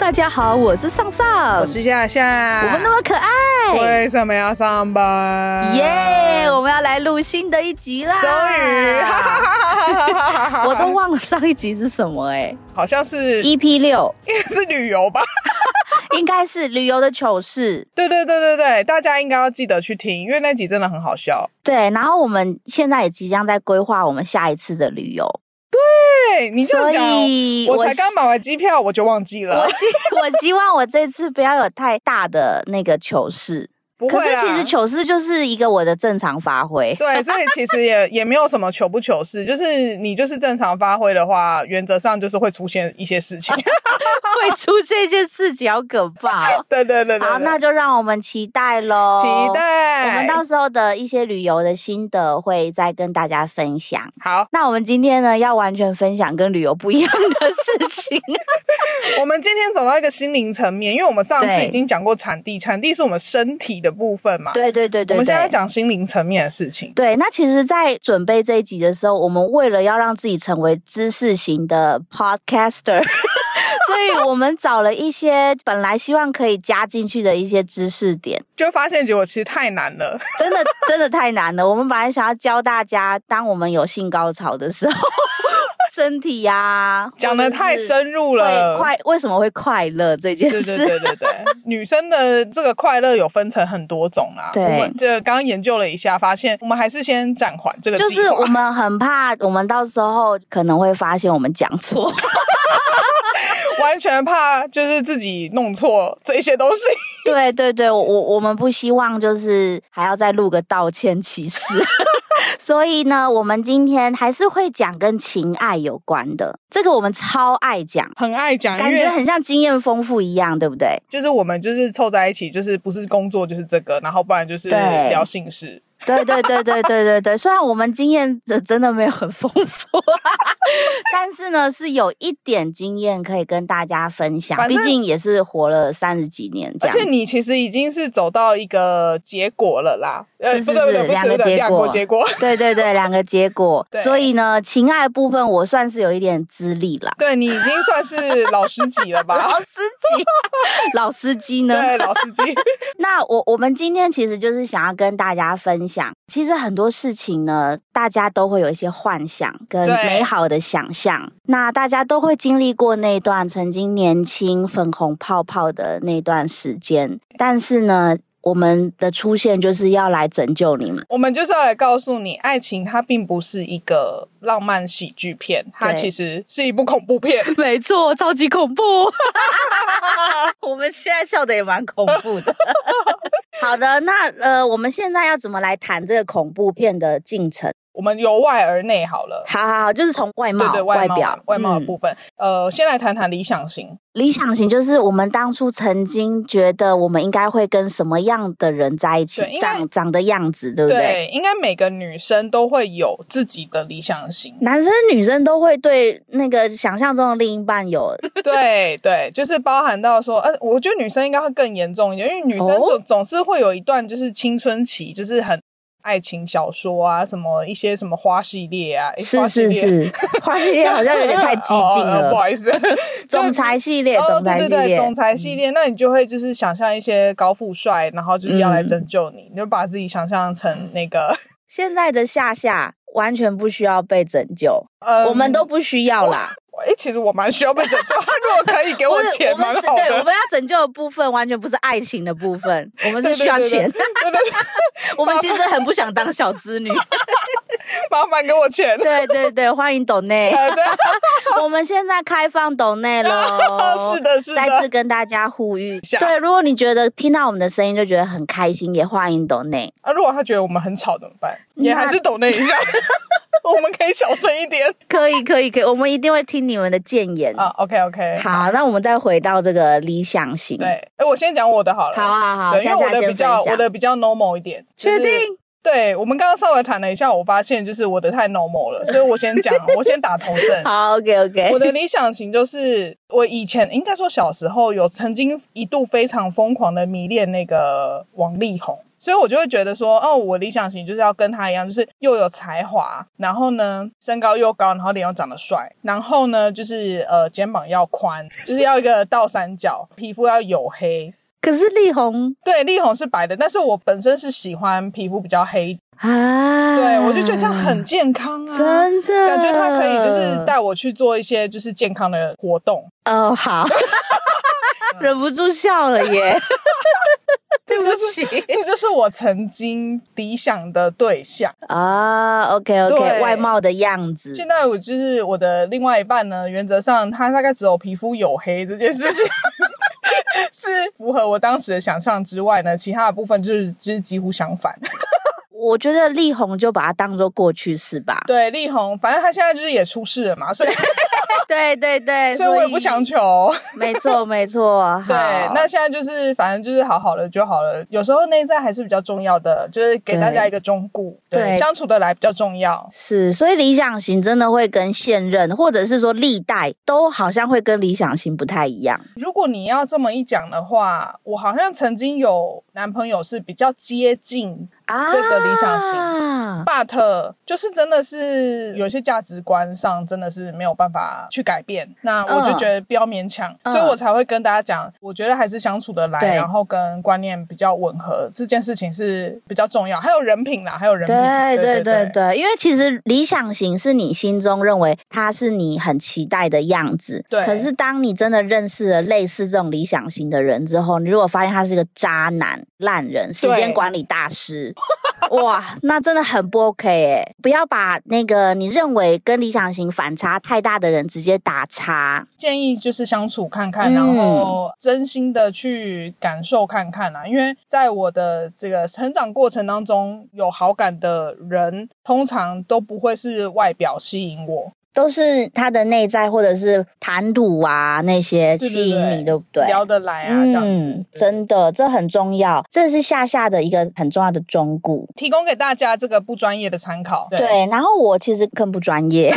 大家好，我是上上，我是啊夏夏，我们那么可爱，为什么要上班？耶我们要来录新的一集啦！啊终于，哈哈哈哈哈 我都忘了上一集是什么哎、好像是 EP 六应该是旅游吧？ 应该是旅游的糗事。对对对对对，大家应该要记得去听，因为那集真的很好笑。对，然后我们现在也即将在规划我们下一次的旅游，对你这所样讲，以我才希刚买完机票我就忘记了我。希 我希望我这次不要有太大的那个糗事，不可会是啊，其实糗事就是一个我的正常发 挥。对，所以其实 也也没有什么糗不糗事，就是你就是正常发挥的话，原则上就是会出现一些事 情。。会出现一件事情，好可怕、哦对 对对对对，好，那就让我们期待喽，期。待我们到时候的一些旅游的心得会再跟大家分享。好，那我们今天呢，要完全分享跟旅游不一样的事情。啊 我们今天走到一个心灵层面，因为我们上次对已经讲过产地，产地是我们身体的部分嘛。 对对对我对们现在对。讲心灵层面的事情。对，那其实，在准备这一集的时候，我们为了要让自己成为知识型的 podcaster，所以我们找了一些本来希望可以加进去的一些知识点，就发现结果其实太难了，真的真的太难了。我们本来想要教大家，当我们有性高潮的时候， 身体呀、讲的太入深入会了。快为什么会快乐这件对对事？对对对，女生的这个快乐有分成很多种啦。对我们这刚刚研究了一下，发现我们还是先暂缓这个计 就划。是我们很怕，我们到时候可能会发现我们讲错。 完全怕就是自己弄错这些东西。 对对对，我我们不希望就是还要再录个道歉启事， 所以呢，我们今天还是会讲跟情爱有关的，这个我们超爱讲，很爱讲，因感觉为很像经验丰富一样，对不对？就是我们就是凑在一起，就是不是工作就是这个，然后不然就是对聊姓氏。对对对对对对对，虽然我们经验真真的没有很丰富、啊 但是呢是有一点经验可以跟大家分享，反毕正竟也是活了三十几年这而样且。你其实已经是走到一个结果了啦，呃，是是不对不对，是不两是个不对，结两个果结 果。对对对，两个结果 对，所以呢，情爱部分我算是有一点资历啦。对你已经算是老司机了吧？ 老司机，老司机呢？对，老司机。那我我们今天其实就是想要跟大家分享，其实很多事情呢，大家都会有一些幻想跟对美好的想象。那大家都会经历过那段曾经年轻粉红泡泡的那段时间，但是呢，我们的出现就是要来拯救你们。我们就是要来告诉你，爱情它并不是一个浪漫喜剧片，它对其实是一部恐怖片。 没错，超级恐怖。 我们现在笑的也蛮恐怖的。 好的，那呃，我们现在要怎么来谈这个恐怖片的进程？我们由外而内好了。好好好，就是从外对貌、对，外貌表嘛、外貌的嗯部分，呃，先来谈谈理想型。理想型，就是我们当初曾经觉得我们应该会跟什么样的人在一起对，应该长长的样子，对不对？。对，应该每个女生都会有自己的理想型男生女生都会对那个想象中的另一半 有对对，就是包含到说，呃，我觉得女生应该会更严重一点，因为女生哦总、总是会有一段就是青春期，就是很爱情小说啊，什么一些什么花系列啊，诶是花系是列 是，花系列好像有点太激进哦呃不了，好意思，总裁系列，总裁哦、系对对对，列，总裁系列，那你就会就是想象一些高富帅，然后就是要来拯救你，你就把自己想象成那个。现在的夏夏完全不需要被拯救，呃，我们都不需要啦。哎、其实我蛮需要被拯救。如果可 以给我不是钱，我们蛮只好对我的。们要拯救的部分，完全不是爱情的部分，我们是对对需要对对钱。对对对， 我们其实很不想当小资女。麻烦给我钱。 对对对，欢迎抖 内，呃对，我们现在开放抖内喽。哦是的，是再哦次的，跟大家呼吁下，对，如果你觉得听到我们的声音就觉得很开心，也欢迎抖内。啊，如果他觉得我们很吵怎么办？嗯那也还是抖那 一下，我们可以小声一点可以可以可以，我们一定会听你们的谏言。啊。OK OK，，好，那我们再回到这个理想型。对，，哎、我先讲我的好了。好啊好，对，因夏为我夏先的比分较享。我的比较 normal 一点，就是确定？对我们刚刚稍微谈了一下，我发现就是我的太 normal 了，所以我先讲，我先打头阵。好，OK OK。我的理想型就是我以前应该说小时候有曾经一度非常疯狂的迷恋那个王力宏，所以我就会觉得说，哦，我理想型就是要跟他一样，就是又有才华，然后呢身高又高，然后脸又长得帅，然后呢就是呃肩膀要宽，就是要一个倒三角，皮肤要黝黑。 可是力宏对，力宏是白的，但是我本身是喜欢皮肤比较黑，啊，对我就觉得这样很健康啊，真的，感觉他可以就是带我去做一些就是健康的活动。哦，好， 忍不住笑了耶， 对不起这就是我曾经理想的对象。 啊，OK 对 OK，外貌的样子，现在我就是我的另外一半呢，原则上他大概只有皮肤黝黑这件事情 是符合我当时的想象之外呢，其他的部分就是就是几乎相反。我觉得力宏就把它当做过去式吧，对，力宏，反正他现在就是也出事了嘛，所以 对对对， 所以我也不强求。 没错没 错，对好，那现在就是反正就是好好的就好了。有时候内在还是比较重要的，就是给大家一个忠固，对，对相处的来比较重要。是，所以理想型真的会跟现任，或者是说历代都好像会跟理想型不太一样。如果你要这么一讲的话，我好像曾经有男朋友是比较接近啊这个理想型， ，but 就是真的是有些价值观上真的是没有办法去改变。那我就嗯觉得不要勉强，嗯所以我才会跟大家讲，我觉得还是相处的来，对然后跟观念比较吻合这件事情是比较重要。还有人品啦，还有人品，对对对对对，因为其实理想型是你心中认为它是你很期待的样子，对可是当你真的认识了类似这种理想型的人之后，你如果发现他是个渣男、烂人、时间管理大师，哇，那真的很不 OK 哎、不要把那个你认为跟理想型反差太大的人直接打叉。建议就是相处看看，嗯然后真心的去感受看看啦、啊因为在我的这个成长过程当中，有好感的人通常都不会是外表吸引我，都是他的内在或者是谈吐啊那些对对吸引对你，对不对？嗯聊得来啊，这样子。真的，这很重要，这是夏夏的一个很重要的忠告。提供给大家这个不专业的参考。对对，然后我其实更不专 业，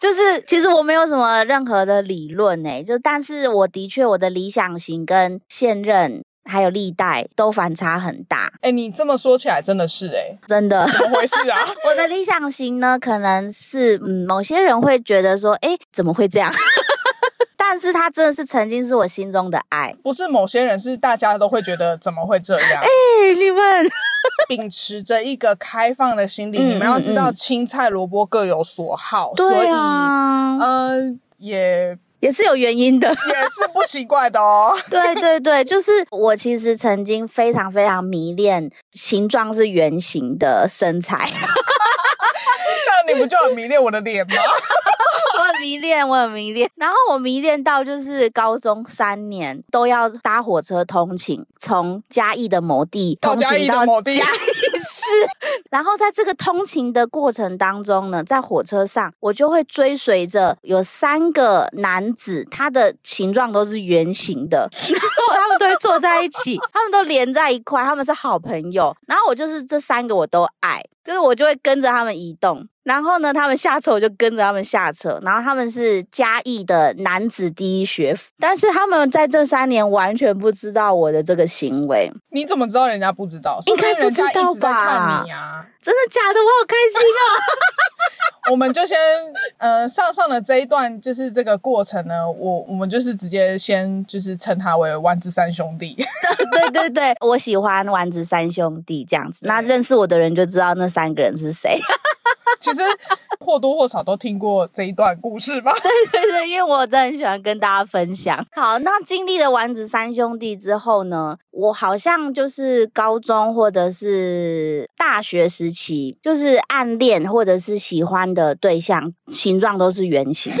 就是其实我没有什么任何的理论诶、就但是我的确我的理想型跟现任还有历代都反差很大，哎、你这么说起来真的是哎、真的。 怎么回事啊？ 我的理想型呢，可能是嗯，某些人会觉得说，诶，怎么会这样？ 但是他真的是曾经是我心中的爱。不是某些人，是大家都会觉得怎么会这样？哎，立问，秉持着一个开放的心理，嗯你们要知道嗯嗯青菜萝卜各有所好，对所啊以，呃， 也也是有原因的。也是不奇怪的哦。 对对对，就是我其实曾经非常非常迷恋形状是圆形的身材， 那你不就很迷恋我的脸吗？ 我很迷恋，我很迷恋。然后我迷恋到就是高中三年都要搭火车通勤，从嘉义的某地到通嘉义勤的到某地 嘉义市。然后在这个通勤的过程当中呢，在火车上我就会追随着有三个男子，他的形状都是圆形的， 然后他们都会坐在一起，他们都连在一块，他们是好朋友。然后我就是这三个我都爱，就是我就会跟着他们移动。然后呢，他们下车我就跟着他们下车。然后他们是嘉义的男子第一学府，但是他们在这三年完全不知道我的这个行为，你怎么知道人家不知道？应该说明人家一直在看不你知啊。真的假的？我好开心啊！我们就先呃上上的这一段，就是这个过程呢，我我们就是直接先就是称他为万之三兄弟。 对对对，我喜欢丸子三兄弟这样子。那认识我的人就知道那三个人是谁。 其实或多或少都听过这一段故事吧。 对对，因为我真的很喜欢跟大家分享。好，那经历了丸子三兄弟之后呢，我好像就是高中或者是大学时期，就是暗恋或者是喜欢的对象，形状都是圆形。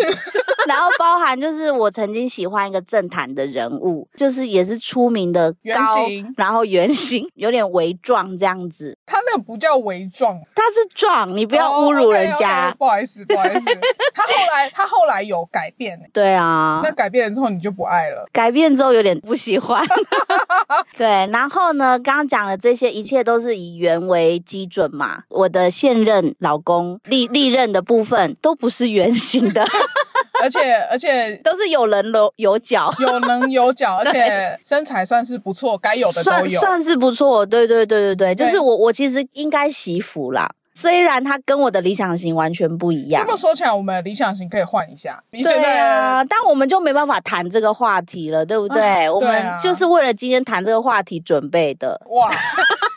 然后包含就是我曾经喜欢一个政坛的人物，就是也是出名的圆高形，然后圆形，有点微壮这样子。他那不叫伪装，他是壮，你不不要侮辱人家。不好意思，不好意思。他后来他后来有改变、对啊，那改变了之后你就不爱了。改变之后有点不喜 欢。对，然后呢，刚刚讲的这些，一切都是以圆为基准嘛。 我的现任老公历历任的部分都不是圆形的，而而且而且都是有棱有有角，有棱有角，而且身材算是不错，该有的都算有。算是不错。对对对对对，对就是我我其实应该惜福啦，虽然它跟我的理想型完全不一样这。么说起来，我们的理想型可以换一下。你现对在、啊，但我们就没办法谈这个话题了，对不对？啊我对们啊就是为了今天谈这个话题准备的。哇，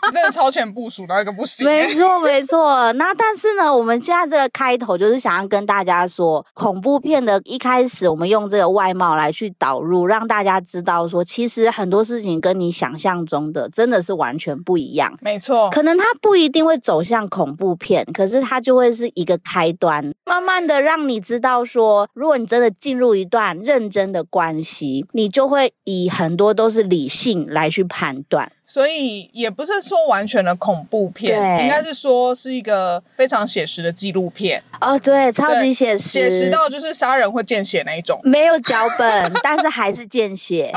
你真的超前部署到一个不行、 没错，没错。那但是呢，我们现在这个开头就是想要跟大家说，恐怖片的一开始，我们用这个外貌来去导入，让大家知道说，其实很多事情跟你想象中的真的是完全不一样。没错，可能它不一定会走向恐怖片，可是它就会是一个开端，慢慢的让你知道说，如果你真的进入一段认真的关系，你就会以很多都是理性来去判断。所以也不是说完全的恐怖片，对应该是说是一个非常写实的纪录片，哦，对，超级写实，写实到就是杀人会见血那一种。没有脚本， 但是还是见 血。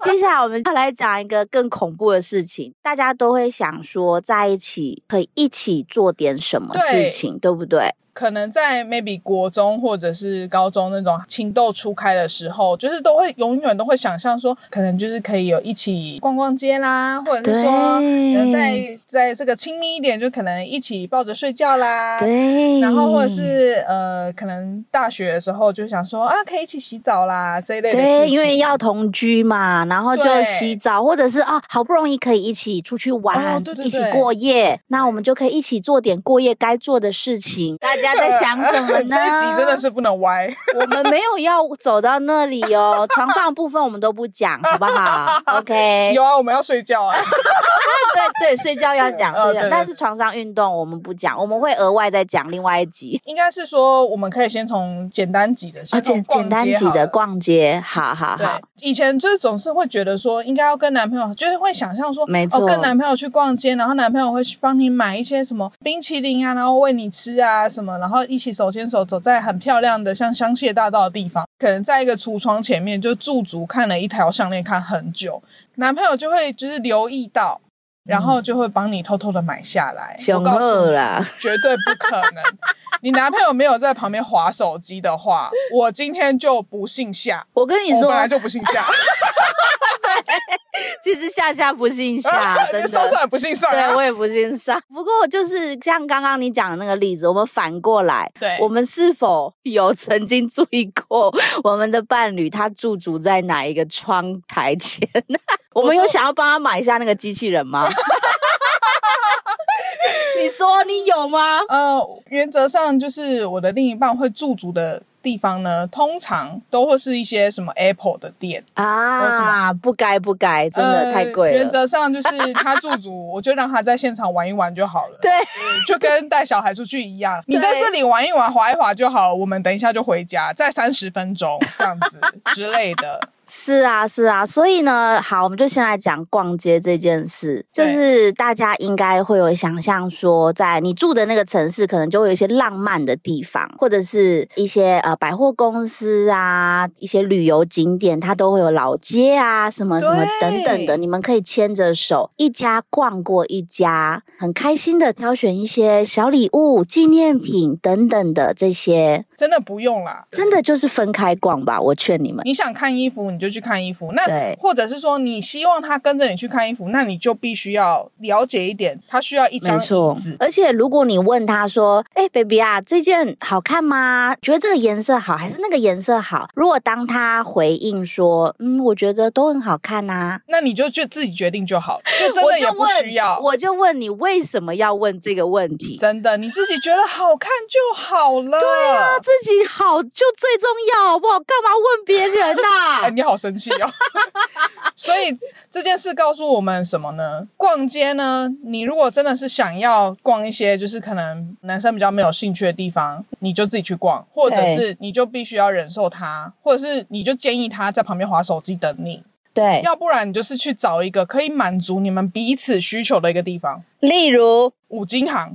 接下来我们要来讲一个更恐怖的事情，大家都会想说在一起可以一起做点什么事对情，对不对？可能在 maybe 国中或者是高中那种情窦初开的时候，就是都会永远都会想象说，可能就是可以有一起逛逛街啦，或者是说，对可能在在这个亲密一点，就可能一起抱着睡觉啦。对，然后或者是呃，可能大学的时候就想说啊，可以一起洗澡啦这一类的事对，情，因 为要同居嘛，然后就对洗澡，或者是啊，好不容易可以一起出去玩，哦对对一起对过夜，那我们就可以一起做点过夜该做的事情。大家在想什么 呢？这一集 真的是不能歪，我们没有要走到那里哦，床上的部分我们都不讲，好不好？OK， 有啊，我们要睡觉啊， 对对，睡觉要讲，呃睡觉对，对但是床上运动我们不讲，我们会额外再讲另外一集。应该是说我们可以先从简单级的，哦，先简从简单逛街几好的了逛街，好好对好，，以前就是总是会觉得说，应该要跟男朋友，就是会想象说，没错哦，跟男朋友去逛街，然后男朋友会去帮你买一些什么冰淇淋啊，然后喂你吃啊什么，然后一起手牵手走在很漂亮的像香榭大道的地方，可能在一个橱窗前面就驻足看了一条项链看很久，男朋友就会就是留意到。然后就会帮你偷偷的买下来，我雄告诉厚你，啦。 绝对不可能。你男朋友没有在旁边划手机的话，我今天就不姓夏。我跟你我说本，来就不姓夏，其实夏夏不姓 啊 夏，真的。上上也不姓上、对，啊。我也不欣赏。不过就是像刚刚你讲的那个例子，我们反过来，对我们是否有曾经注意过我们的伴侣他驻足在哪一个窗台前？ 我们有想要帮他买一下那个机器人 吗？你说你有吗？呃，原则上就是我的另一半会驻足的地方呢，通常都会是一些什么 Apple 的店，为什啊，不该不该，真的、呃太贵原了。则上就是他驻 足，我就让他在现场玩一玩就好了。对，就跟带小孩出去一样，你对在这里玩一玩、滑一滑就好，我们等一下就回家，再三十分钟这样子之类的。是啊，是啊，所以呢，好，我们就先来讲逛街这件事。就对是大家应该会有想象，说在你住的那个城市，可能就会有一些浪漫的地方，或者是一些呃百货公司啊，一些旅游景点，它都会有老街啊，什么什么等等的。对你们可以牵着手，一家逛过一家，很开心的挑选一些小礼物、纪念品等等的这些，真的不用啦，真的就是分开逛吧，我劝你们。你想看衣服，你就去看衣服。那对或者是说，你希望他跟着你去看衣服，那你就必须要了解一点，他需要一张没错椅子，。而且如果你问他说：“哎、b a b y 啊，这件好看吗？觉得这个颜色好还是那个颜色好？”如果当他回应说：“嗯，我觉得都很好看呐、那你就就自己决定就好，就真我的也就不需要问，。我就问你为什么要问这个问题？真的，你自己觉得好看就好了。对啊，自己好就最重要，好不好？干嘛问别人啊呐、 哎，你好生气哦。所以这件事告诉我们什么呢？逛街呢，你如果真的是想要逛一些就是可能男生比较没有兴趣的地方，你就自己去逛，或者对是你就必须要忍受他，或者是你就建议他在旁边划手机等你，对，要不然你就是去找一个可以满足你们 彼此需求的一个地方，例如五金行。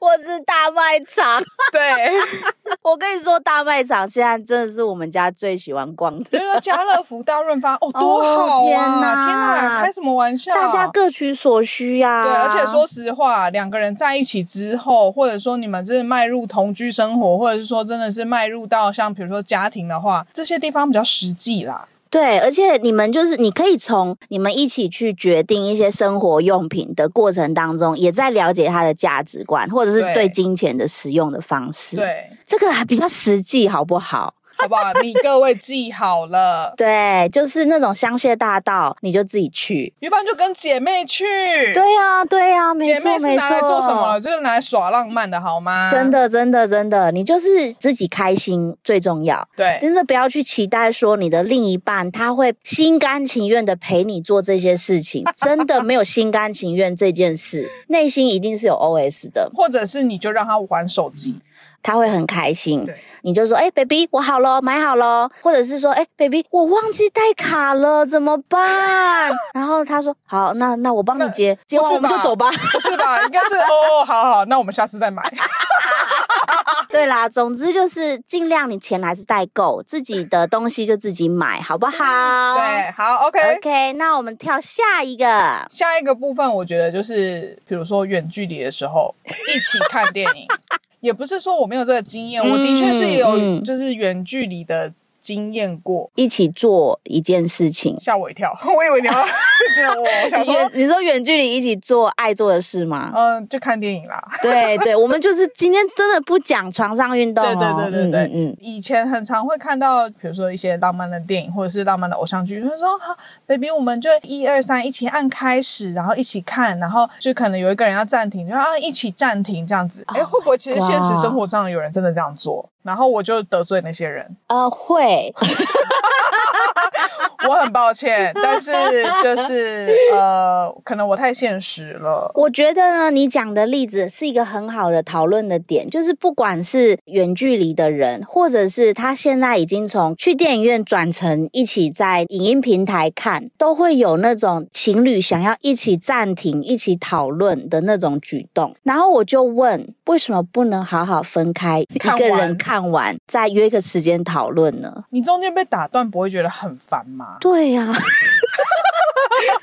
或是大卖场。 对，我跟你说，大卖场现在真的是我们家最喜欢逛的。比如说家乐福、大润发，哦，多好啊！天天哪开什么玩笑？啊大家各取所需啊呀、对，而且说实话，两个人在一起之后，或者说你们真的迈入同居生活，或者是说真的是迈入到像比如说家庭的话，这些地方比较实际啦。对，而且你们就是你可以从你们一起去决定一些生活用品的过程当中，也在了解它的价值观，或者是对对金钱的使用的方式。，对，这个还比较实际，好不好？好不好？你各位记好了，对，就是那种香榭大道，你就自己去。要不然就跟姐妹去。对呀、对呀、没嗯姐妹错是没拿错。来做什么？啊就是拿来耍浪漫的好吗？真，的，真的，真的，你就是自己开心最重要。对，真的不要去期待说你的另一半他会心甘情愿的陪你做这些事情，真的没有心甘情愿这件事，内心一定是有 OS 的，或者是你就让他玩手机，他会很开心对。你就说，哎、b a b y 我好咯，买好咯。或者是说，哎、b a b y 我忘记带卡了，怎么办？然后他说，好，那那我帮你那接，接不完是我们就吧走 吧。不是吧？应该是哦哦，好好，那我们下次再买。对啦，总之就是尽量你钱还是代购，自己的东西就自己买，好不好？对，好，OK。 OK，那我们跳下一个。下一个部分，我觉得就是，比如说远距离的时 候一起看电影，也不是说我没有这个经验，我的确是有嗯就是远距离的经验过，一起做一件事情。吓我一跳， 我以为你要，对啊我我想说，远，你说远距离一起做爱做的事吗？嗯、就看电影啦。 对对，我们就是今天真的不讲床上运动对哦。对对对对，嗯嗯以前很常会看到，比如说一些浪漫的电影或者是浪漫的偶像剧，他说好，baby，我们就一二三一起按开始，然后一起看，然后就可能有一个人要暂停，就啊一起暂停这样子。哎、 Oh 会不会其实 my 现实生活上有人真的这样做？然后我就得罪那些人， 嗯，呃，会，我很抱歉，但是就是呃，可能我太现实了。我觉得呢，你讲的例子是一个很好的讨论的点，就是不管是远距离的人，或者是他现在已经从去电影院转成一起在影音平台看，都会有那种情侣想要一起暂停、一起讨论的那种举动。然后我就问，为什么不能好好分开，一看个完人看完再约个时间讨论呢？你中间被打断不会觉得很烦吗？对呀、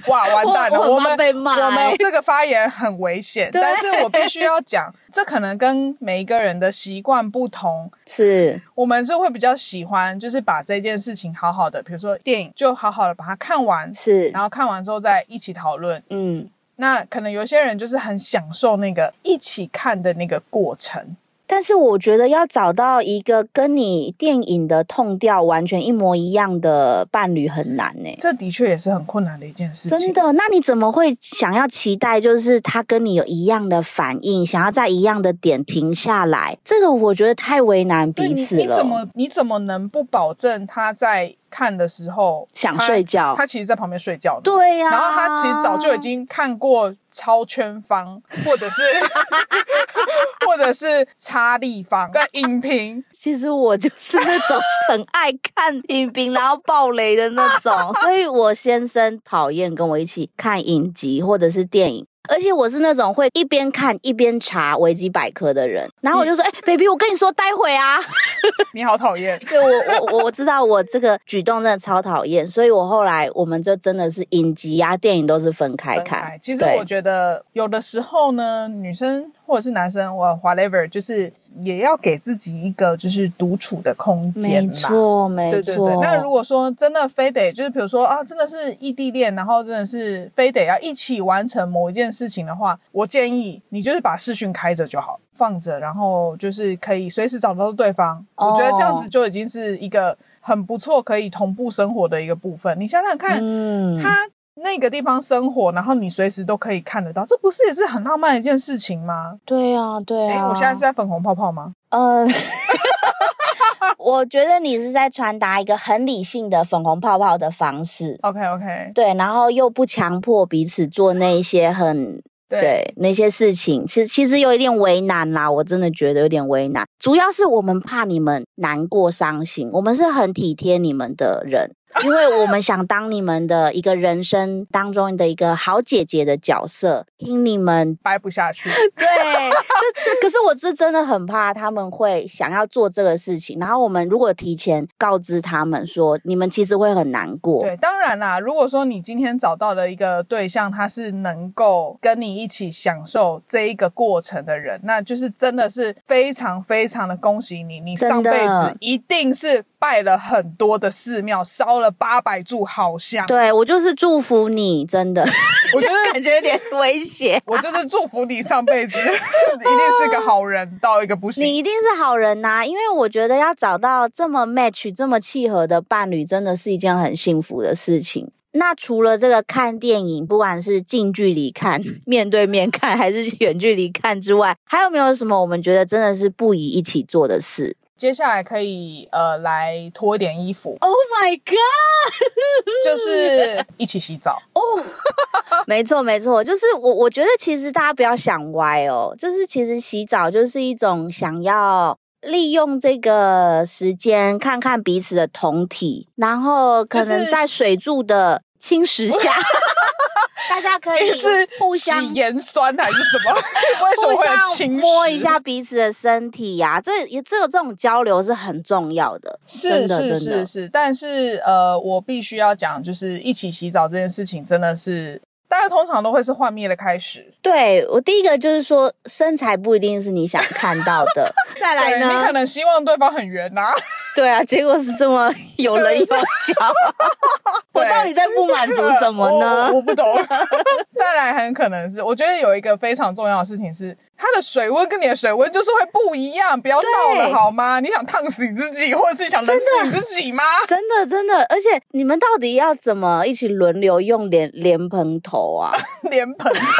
哇，完蛋了， 我我很怕们被骂我们欸 这个发言很危险，对但是我必须要讲， 这可能跟每一个人的习惯不同。是我们是会比较喜欢，就是把这件事情好好的，比如说电影，就好好的把它看完，是然，后看完之后再一起讨论。嗯。那可能有些人就是很享受那个一起看的那个过程，但是我觉得要找到一个跟你电影的痛调完全一模一样的伴侣很难呢、这的确也是很困难的一件事情。真的，那你怎么会想要期待，就是他跟你有一样的反应，想要在一样的点停下来？这个我觉得太为难对，彼你此你怎了。么你怎么能不保证他在看的时候想他睡觉他其实在旁边睡觉呢。对啊呀、然后他其实早就已经看过超圈方，或者 是或者是差立方的影评，其实我就是那 种很爱看影评然后爆雷的那种，所以我先生讨厌跟我一起看影集或者是电影。而且我是那种会一边看一边查维基百科的人，然后我就嗯说：“哎、b a b y 我跟你说，待会啊。。你好讨厌 对”我我我我知道我这个举动真的超讨厌，所以我后来我们就真的是影集啊、电影都是分开分看开。其实对我觉得有的时候呢，女生或者是男生，我 whatever，就是也要给自己一个就是独处的空间没嘛。错没对错。对对，那如果说真的非得就是比如说啊，真的是异地恋，然后真的是非得要一起完成某一件事情的话，我建议你就是把视讯开着就好，放着，然后就是可以随时找到对方。哦我觉得这样子就已经是一个很不错可以同步生活的一个部分。你想想看，嗯，他那个地方生活，然后你随时都可以看得到，这不是也是很浪漫的一件事情吗？对啊对哎、啊。我现在是在粉红泡泡吗？嗯， 我觉得你是在传达一个很理性的粉红泡泡的方式， OK OK，对，然后又不强迫彼此做那一些很对对那些事情，其其实有一点为难啦，我真的觉得有点为难。主要是我们怕你们难过伤心，我们是很体贴你们的人，因为我们想当你们的一个人生当中的一个好姐姐的角色，听你们掰不下 去。对，这这可是我是真的很怕他们会想要做这个事情，然后我们如果提前告知他们说，你们其实会很难过。对，当然啦，如果说你今天找到了一个对象，他是能够跟你一起享受这一个过程的人，那就是真的是非常非常的恭喜你，你真上的辈子一定是拜了很多的寺庙，烧了八百炷好香。对我就是祝福你，真的我觉 得感觉有点威胁。我就是祝福你上辈子 一定是个好人到一个 不你行。一定是好人呐、因为我觉得要找到这么 match、这么契合的伴侣，真的是一件很幸福的事情。那除了这个看电影，不管是近距离看、 面对面看，还是远距离看之外，还有没有什么我们觉得真的是不宜一起做的事接下来可以呃来脱一点衣服， ？Oh my god！就是一起洗澡。没错，没错，就是我，我觉得其实大家不要想歪哦，就是其实洗澡就是一种想要利用这个时间看看彼此的同体，然后可就能是在水柱的侵蚀 下，大家可以是互相洗盐酸还是什么？ 为什么互会有相侵摸蚀一下彼此的身体呀、这也这个这种交流是很重要的，是真的是真的是是，但是呃，我必须要讲，就是一起洗澡这件事情，真的是大家通常都会是幻灭的开始。对我第一个就是说，身材不一定是你想看到 的，再来对你可呢，能希望对方很圆呐、 对啊，结果是这么有棱有角， 我对到底在不满足什么呢 我我？我不懂。再来，很可能是我觉得有一个非常重要的事情是，它的水温跟你的水温就是会不一样，不要闹对了好吗？你想烫死你自己，或者是想冷死你自己吗？ 真的真的，而且你们到底要怎么一起轮流用莲莲蓬头啊？脸盆 头，因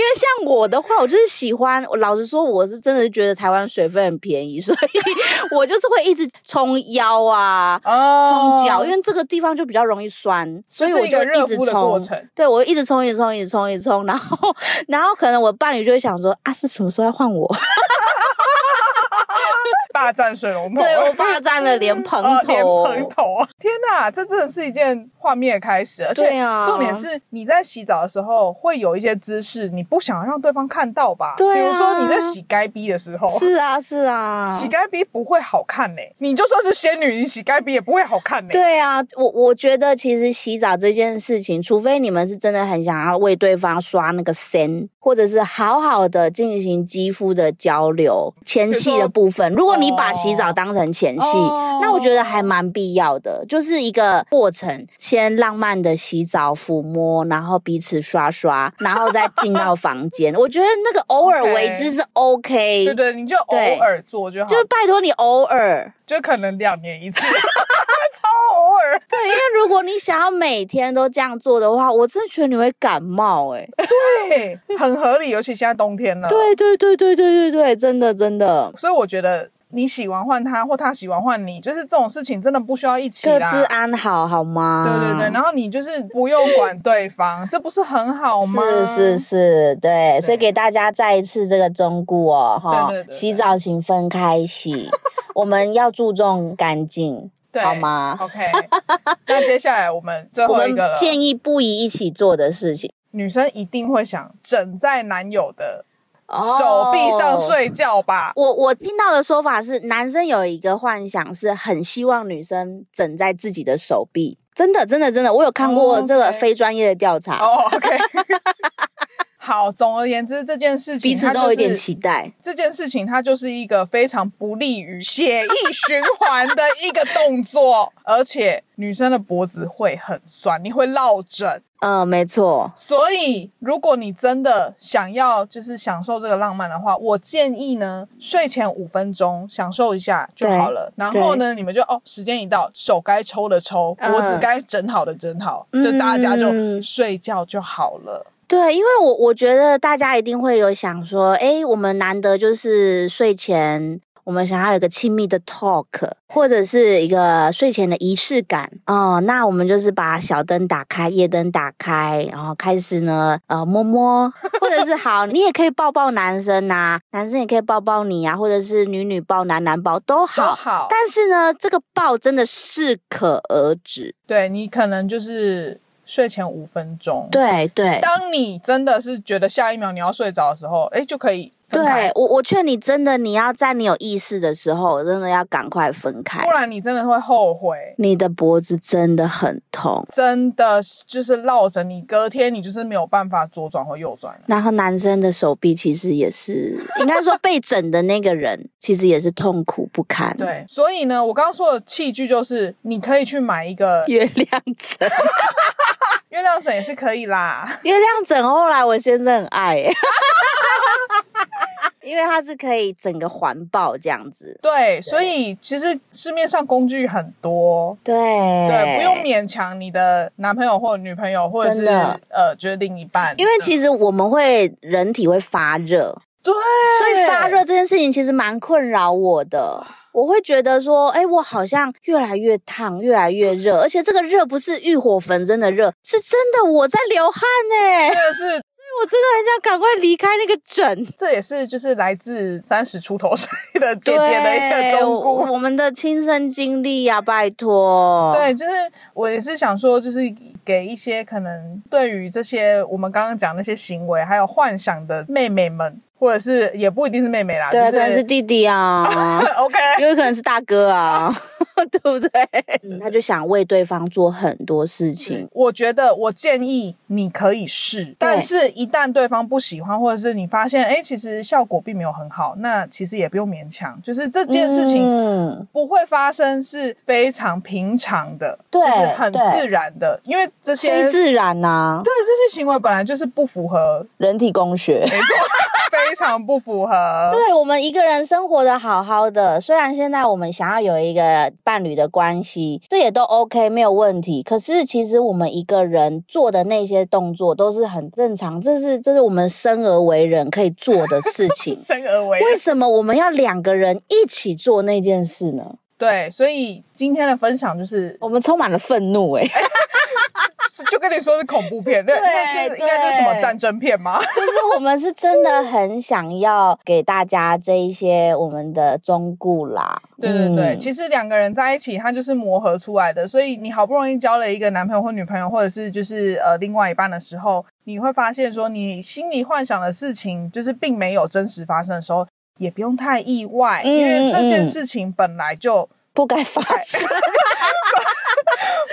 为像我的话，我就是喜欢，我老实说，我是真的觉得台湾水费很便宜，所以我就是会一直冲腰 啊。哦冲脚，因为这个地方就比较容易酸，所以是我一就个热一直敷的过冲。程。对我一直冲，一直冲，一直冲，一直冲，然后 然后可能我伴侣就会想说啊，是什么时候要换我？大战水龙头，对 我霸占了莲蓬啊莲头，蓬头啊！天哪，这真的是一件画面的开始，而且对啊重点是你在洗澡的时候会有一些姿势，你不想让对方看到吧？对啊比如说你在洗该逼的时候。 是啊是啊，洗该逼不会好看呢、你就算是仙女，你洗该逼也不会好看呢、对啊，我我觉得其实洗澡这件事情，除非你们是真的很想要为对方刷那个身，或者是好好的进行肌肤的交流，前戏的部分。如果你把洗澡当成前戏，哦那我觉得还蛮必要的，就是一个过程，先浪漫的洗澡、抚摸，然后彼此刷刷，然后再进到房间。我觉得那个偶尔 OK 为之是 OK，, 对对，你就偶对尔做就好，就是拜托你偶尔。就可能两年一次， 超偶尔。 对，因为如果你想要每天都这样做的话，我真的觉得你会感冒哎、对，很合理，尤其现在冬天了。对对对对对对对，真的真的，所以我觉得你洗完换他，或他洗完换你，就是这种事情真的不需要一起各啦。自安好好吗？对对对，然后你就是不用管对方，这不是很好吗？是是是，是，对，所以给大家再一次这个忠告哦，哈，对对对对洗澡请分开洗， 我们要注重干净，对，好吗？ ？OK，那接下来我们最我后一们个了，建议不宜一起做的事情，女生一定会想枕在男友的手臂上哦睡觉吧？我我听到的说法是，男生有一个幻想是很希望女生枕在自己的手臂。真的，真的，真的，我有看哦过，OK 这个非专业的调查哦，OK、o k 好，总而言之，这件事情彼此它都有就一点是期待。这件事情它就是一个非常不利于血液循环的一个动作，而且女生的脖子会很酸，你会落枕。嗯、没错，所以，如果你真的想要就是享受这个浪漫的话，我建议呢，睡前五分钟享受一下就对好了。然后呢，你们就哦，时间一到，手该抽的抽，嗯脖子该整好的整好，嗯就大家就嗯睡觉就好了。对，因为我我觉得大家一定会有想说，诶，我们难得就是睡前我们想要有一个亲密的 talk，或者是一个睡前的仪式感哦、那我们就是把小灯打开，夜灯打开，然后开始呢，呃，摸摸，或者是 好，你也可以抱抱男生呐、男生也可以抱抱你啊，或者是女女抱男男抱都都好。好，但是呢，这个抱真的适可而止。对你可能就是睡前五分钟，，对对当你真的是觉得下一秒你要睡着的时候，哎，就可以分对开，，我我劝你，真的你要在你有意识的时候，真的要赶快分开不，然你真的会后悔。你的脖子真的很痛。真的就是绕着你，隔天你就是没有办法左转或右转了。然后男生的手臂其实也是，应该说被整的那个人其实也是痛苦不堪。，对，所以呢，我刚刚说的器具就是你可以去买一个月亮枕，月亮枕也是可以啦。 月亮枕后来我先生很爱、欸， 因为它是可以整个环抱这样子。对，所以其实市面上工具很多，对，对，对不用勉强你的男朋友或女朋友，或者真是的呃，决定一半，因为其实我们会人体会发热，对，所所以发热这件事情其实蛮困扰我的。我会觉得说，哎，我好像越来越烫，越来越热，而且这个热不是欲火焚身的热，是真的我在流汗哎、这个是我真的很想赶快离开那个枕。这也是就是来自三十出头岁的姐姐的一个对忠我告。我们的亲身经历呀、拜托。对，就是我也是想说，就是给一些可能对于这些我们刚刚讲那些行为还有幻想的妹妹们，或者是也不一定是妹妹啦，对啊，就，可能是弟弟啊 OK， 也有可能是大哥啊，对不对、嗯他就想为对方做很多事情。我觉得我建议你可以试，但是一旦对方不喜欢，或者是你发现哎，诶其实效果并没有很好，那其实也不用勉强，就是这件事情。嗯，不会发生是非常平常的，对就是很对自然的，因为这些非自然啊呐、对这些行为本来就是不符合，人体工学。没错，非常不符合。。对我们一个人生活的好好的，虽然现在我们想要有一个伴侣的关系，这也都 OK 没有问题。可是其实我们一个人做的那些动作都是很正常，这是这是我们生而为人可以做的事情生而 为为人，什么我们要两个人一起做那件事呢？对，所以今天的分享就是，我们充满了愤怒、 欸，哎，是就跟你说是恐怖片，那对那是应该就是什么对战争片吗？就是我们是真的很想要给大家这一些我们的忠固啦。对对对，嗯其实两个人在一起，他就是磨合出来的。所以你好不容易交了一个男朋友或女朋友，或者是就是呃另外一半的时候，你会发现说，你心里幻想的事情就是并没有真实发生的时候，也不用太意外，嗯因为这件嗯事情本来就不该发生，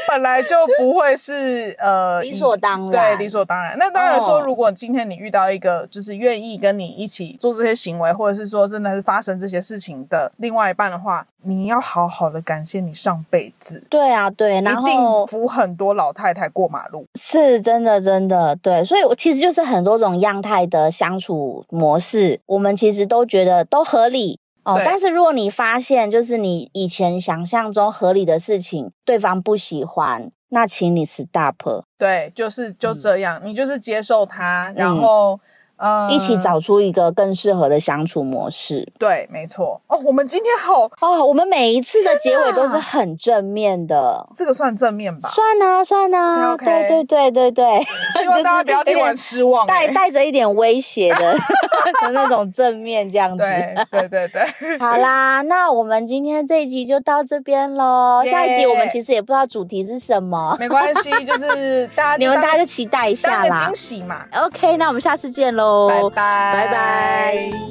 本来就不会是呃理所当对，然。理所当然。那当然说，哦如果今天你遇到一个就是愿意跟你一起做这些行为，或者是说真的是发生这些事情的另外一半的话，你要好好的感谢你上辈子，对啊，对，然一后定扶很多老太太过马路。是真的，真的对，所以我其实就是很多种样态的相处模式，我们其实都觉得都合理哦对。但是如果你发现就是你以前想象中合理的事情，对方不喜欢，那请你 stop，、对，就是就这样，你就是接受他，然后。嗯，嗯一起找出一个更适合的相处模式。对，没错。哦，我们今天好，哦，我们每一次的结尾都是天哪很正面的。这个算正面 吧？算啊算啊， OK，OK 对对对对对，希望大家不 要听完失望、带欸带着一点威胁的 的那种正面这样子。对对对 对，好啦，那我们今天这一集就到这边喽。耶下一集我们其实也不知道主题是什么，没关系，就是大家你们大家就期待一当下个啦惊。喜嘛。 OK，那我们下次见喽，拜拜，拜拜